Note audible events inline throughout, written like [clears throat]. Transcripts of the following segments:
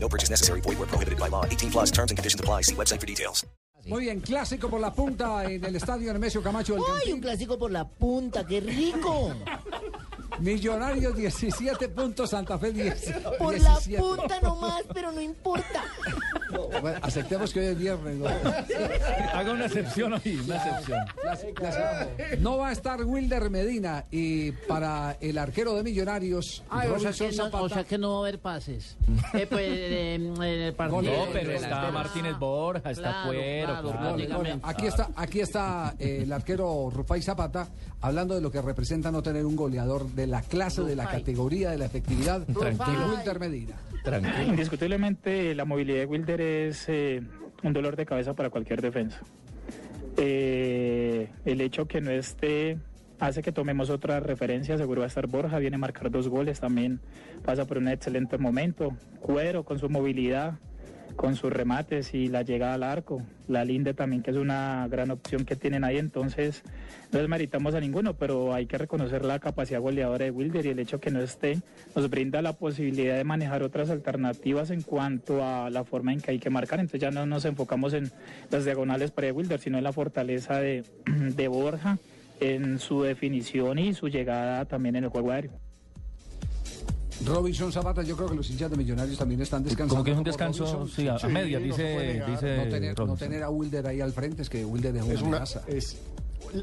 No purchase necessary. Void where prohibited by law. 18 plus terms and conditions apply. See website for details. Muy bien, clásico por la punta en el estadio Nemesio Camacho del ¡Ay, un clásico por la punta! ¡Qué [laughs] rico! Campín. Millonarios 17 puntos, Santa Fe 10. Por la 17. punta nomás, pero no [laughs] importa. Bueno, aceptemos que hoy es viernes. ¿no? [laughs] Haga una excepción hoy, una excepción. No va a estar Wilder Medina y para el arquero de Millonarios, o, sea Robinson que no, o Zapata. sea que no va a haber [laughs] pases. Eh, pues, eh, en el partido. Ah, No, pero está delantero. Martínez Borja, está Claro, Cuero. claro, claro. llega- dígame. Aquí está, aquí está eh, el arquero Rufai Zapata hablando de lo que representa no tener un goleador de la clase, de la Rufai. categoría, de la efectividad de Tranquilo. Wilder Medina. Tranquilo. Indiscutiblemente la movilidad de Wilder es eh, un dolor de cabeza para cualquier defensa. Eh, el hecho que no esté hace que tomemos otra referencia, seguro va a estar Borja, viene a marcar dos goles también, pasa por un excelente momento, Cuero con su movilidad, con sus remates y la llegada al arco, la Linde también que es una gran opción que tienen ahí, entonces no desmeritamos a ninguno, pero hay que reconocer la capacidad goleadora de Wilder y el hecho que no esté nos brinda la posibilidad de manejar otras alternativas en cuanto a la forma en que hay que marcar. Entonces ya no nos enfocamos en las diagonales para Wilder, sino en la fortaleza de, [clears throat] de Borja, en su definición y su llegada también en el juego aéreo. Robinson Zapata, yo creo que los hinchas de Millonarios también están descansando. Como que es un por descanso Robinson. sí, a, a medias, dice, dice No tener, no Robinson. tener a Wilder ahí al frente, es que Wilder es una, Es una- eh, amenaza. es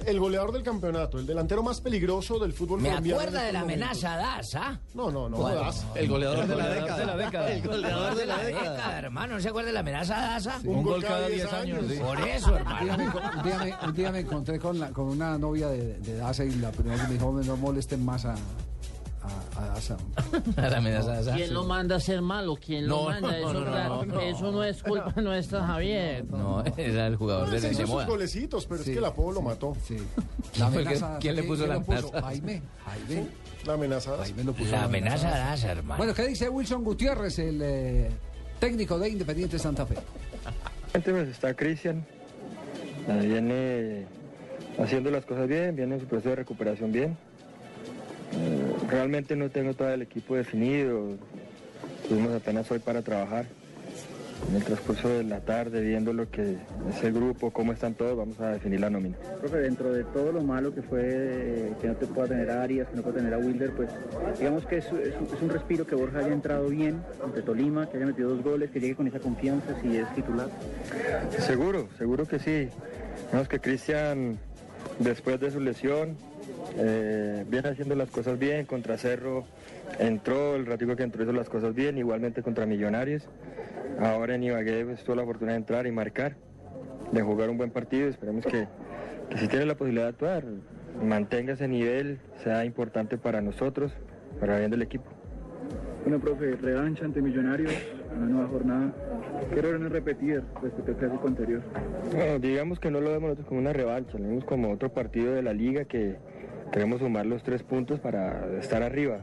el goleador del campeonato, el delantero más peligroso del fútbol Me colombiano. acuerda en este de la estos momentos. amenaza DAS, ¿ah? No, no, no. jodas. El goleador, El de la goleador década. de la década. El goleador de la década. Década, hermano, ¿no ¿se acuerda de la amenaza DASA? Un gol cada 10 años. sí. Por eso, Un día hermano. me enco- un día me- un día me encontré con, la- con una novia de, de Daza y la primera que me dijo, no molesten más a, a, a Daza. [laughs] [laughs] La amenaza DASA. ¿Quién lo manda a ser malo? ¿Quién lo No, manda? no, Eso, no, ra- no, no. eso no es culpa nuestra, Javier. No, [laughs] era el jugador Él del se hizo de sus moda. golecitos, pero Sí, es que el apodo lo mató. [laughs] Sí. La fue el que- amenaza, quién le puso la amenaza? Jaime, Jaime, La amenaza. Jaime lo puso. La amenaza DASA, hermano. Bueno, ¿qué dice Wilson Gutiérrez, el eh, técnico de Independiente Santa Fe? Antes pues, está Cristian, eh, viene haciendo las cosas bien, viene en su proceso de recuperación bien. Eh, realmente no tengo todo el equipo definido, tuvimos apenas hoy para trabajar. En el transcurso de la tarde, viendo lo que es el grupo, cómo están todos, vamos a definir la nómina. Profe, dentro de todo lo malo que fue eh, que no te pueda tener a Arias, que no pueda tener a Wilder, pues digamos que es, es un- es un respiro que Borja haya entrado bien ante Tolima, que haya metido dos goles, que llegue con esa confianza si es titular. Seguro, seguro que sí. Vemos que Cristian, después de su lesión, eh, viene haciendo las cosas bien. Contra Cerro entró, el ratico que entró hizo las cosas bien, igualmente contra Millonarios. Ahora en Ibagué pues, tuvo la oportunidad de entrar y marcar, de jugar un buen partido. Esperemos que, que si tiene la posibilidad de actuar, mantenga ese nivel, sea importante para nosotros, para el bien del equipo. Bueno, profe, revancha ante Millonarios, una nueva jornada. ¿Qué errores no repetir respecto al clásico anterior? Bueno, digamos que no lo vemos nosotros como una revancha, lo vemos como otro partido de la liga que queremos sumar los tres puntos para estar arriba.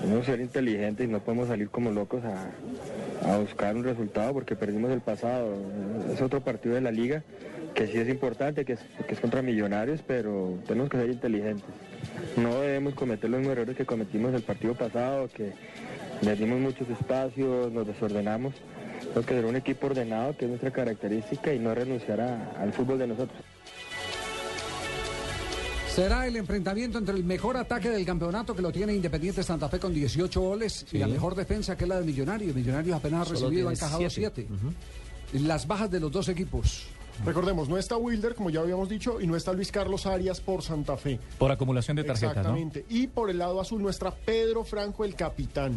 Tenemos que ser inteligentes y no podemos salir como locos a, a buscar un resultado porque perdimos el pasado. Es otro partido de la liga que sí es importante, que es, que es contra millonarios, pero tenemos que ser inteligentes. No debemos cometer los mismos errores que cometimos el partido pasado, que le dimos muchos espacios, nos desordenamos. Tenemos que ser un equipo ordenado, que es nuestra característica, y no renunciar a- al fútbol de nosotros. Será el enfrentamiento entre el mejor ataque del campeonato que lo tiene Independiente Santa Fe con 18 goles y la mejor defensa que es la de Millonarios. Millonarios apenas ha recibido, tiene ha encajado 7. siete. Las bajas de los dos equipos. Recordemos, no está Wilder, como ya habíamos dicho, y no está Luis Carlos Arias por Santa Fe. Por acumulación de tarjetas, ¿no? Exactamente. Y por el lado azul no está Pedro Franco, el capitán.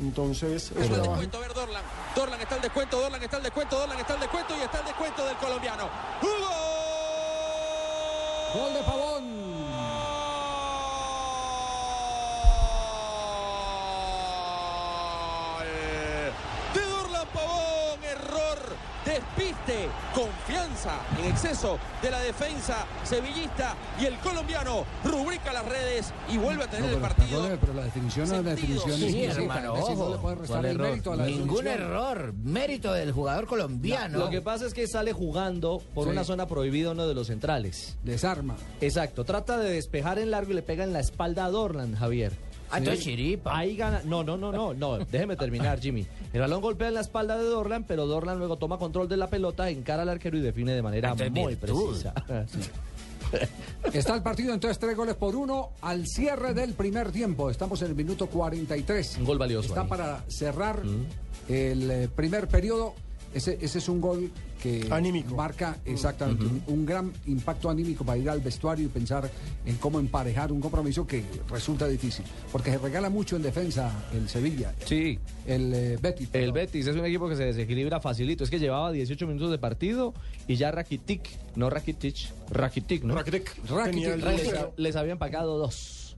Entonces, es una baja. A ver, Dorlan. Dorlan está el descuento, Dorlan está el descuento, Dorlan está el descuento y está el descuento del colombiano. ¡Hugo! Gol de Pavón. Gol de Dorlan Pavón, error, despiste ataque, confianza en exceso de la defensa sevillista y el colombiano rubrica las redes y vuelve a tener el partido. Perdóneme, pero la definición es una definición Sí, exquisita, hermano, es decir, no le ojo. puede ¿Cuál restar el error? mérito a la Ningún definición. error. Mérito del jugador colombiano. Lo que pasa es que sale jugando por Sí. una zona prohibida uno de los centrales. Desarma. Exacto. Trata de despejar en largo y le pega en la espalda a Dorlan, Javier. Ah, entonces chiripa. Ahí gana. No, no, no, no, no. Déjeme terminar, Jimmy. El balón golpea en la espalda de Dorlan, pero Dorlan luego toma control de la pelota, encara al arquero y define de manera Entonces, muy virtud. precisa. [laughs] Está el partido entonces tres goles por uno al cierre del primer tiempo. Estamos en el minuto 43. Un gol valioso Está ahí. Mm. para cerrar el eh, primer periodo. Ese, ese es un gol que Anímico. marca exactamente un- un gran impacto anímico para ir al vestuario y pensar en cómo emparejar un compromiso que resulta difícil. Porque se regala mucho en defensa el Sevilla, Sí. el eh, Betis. El perdón. Betis es un equipo que se desequilibra facilito. Es que llevaba 18 minutos de partido y ya Rakitic, no Rakitic, Rakitic, ¿no? Rakitic. Rakitic. Tenía el Les, deseo. les habían pagado dos.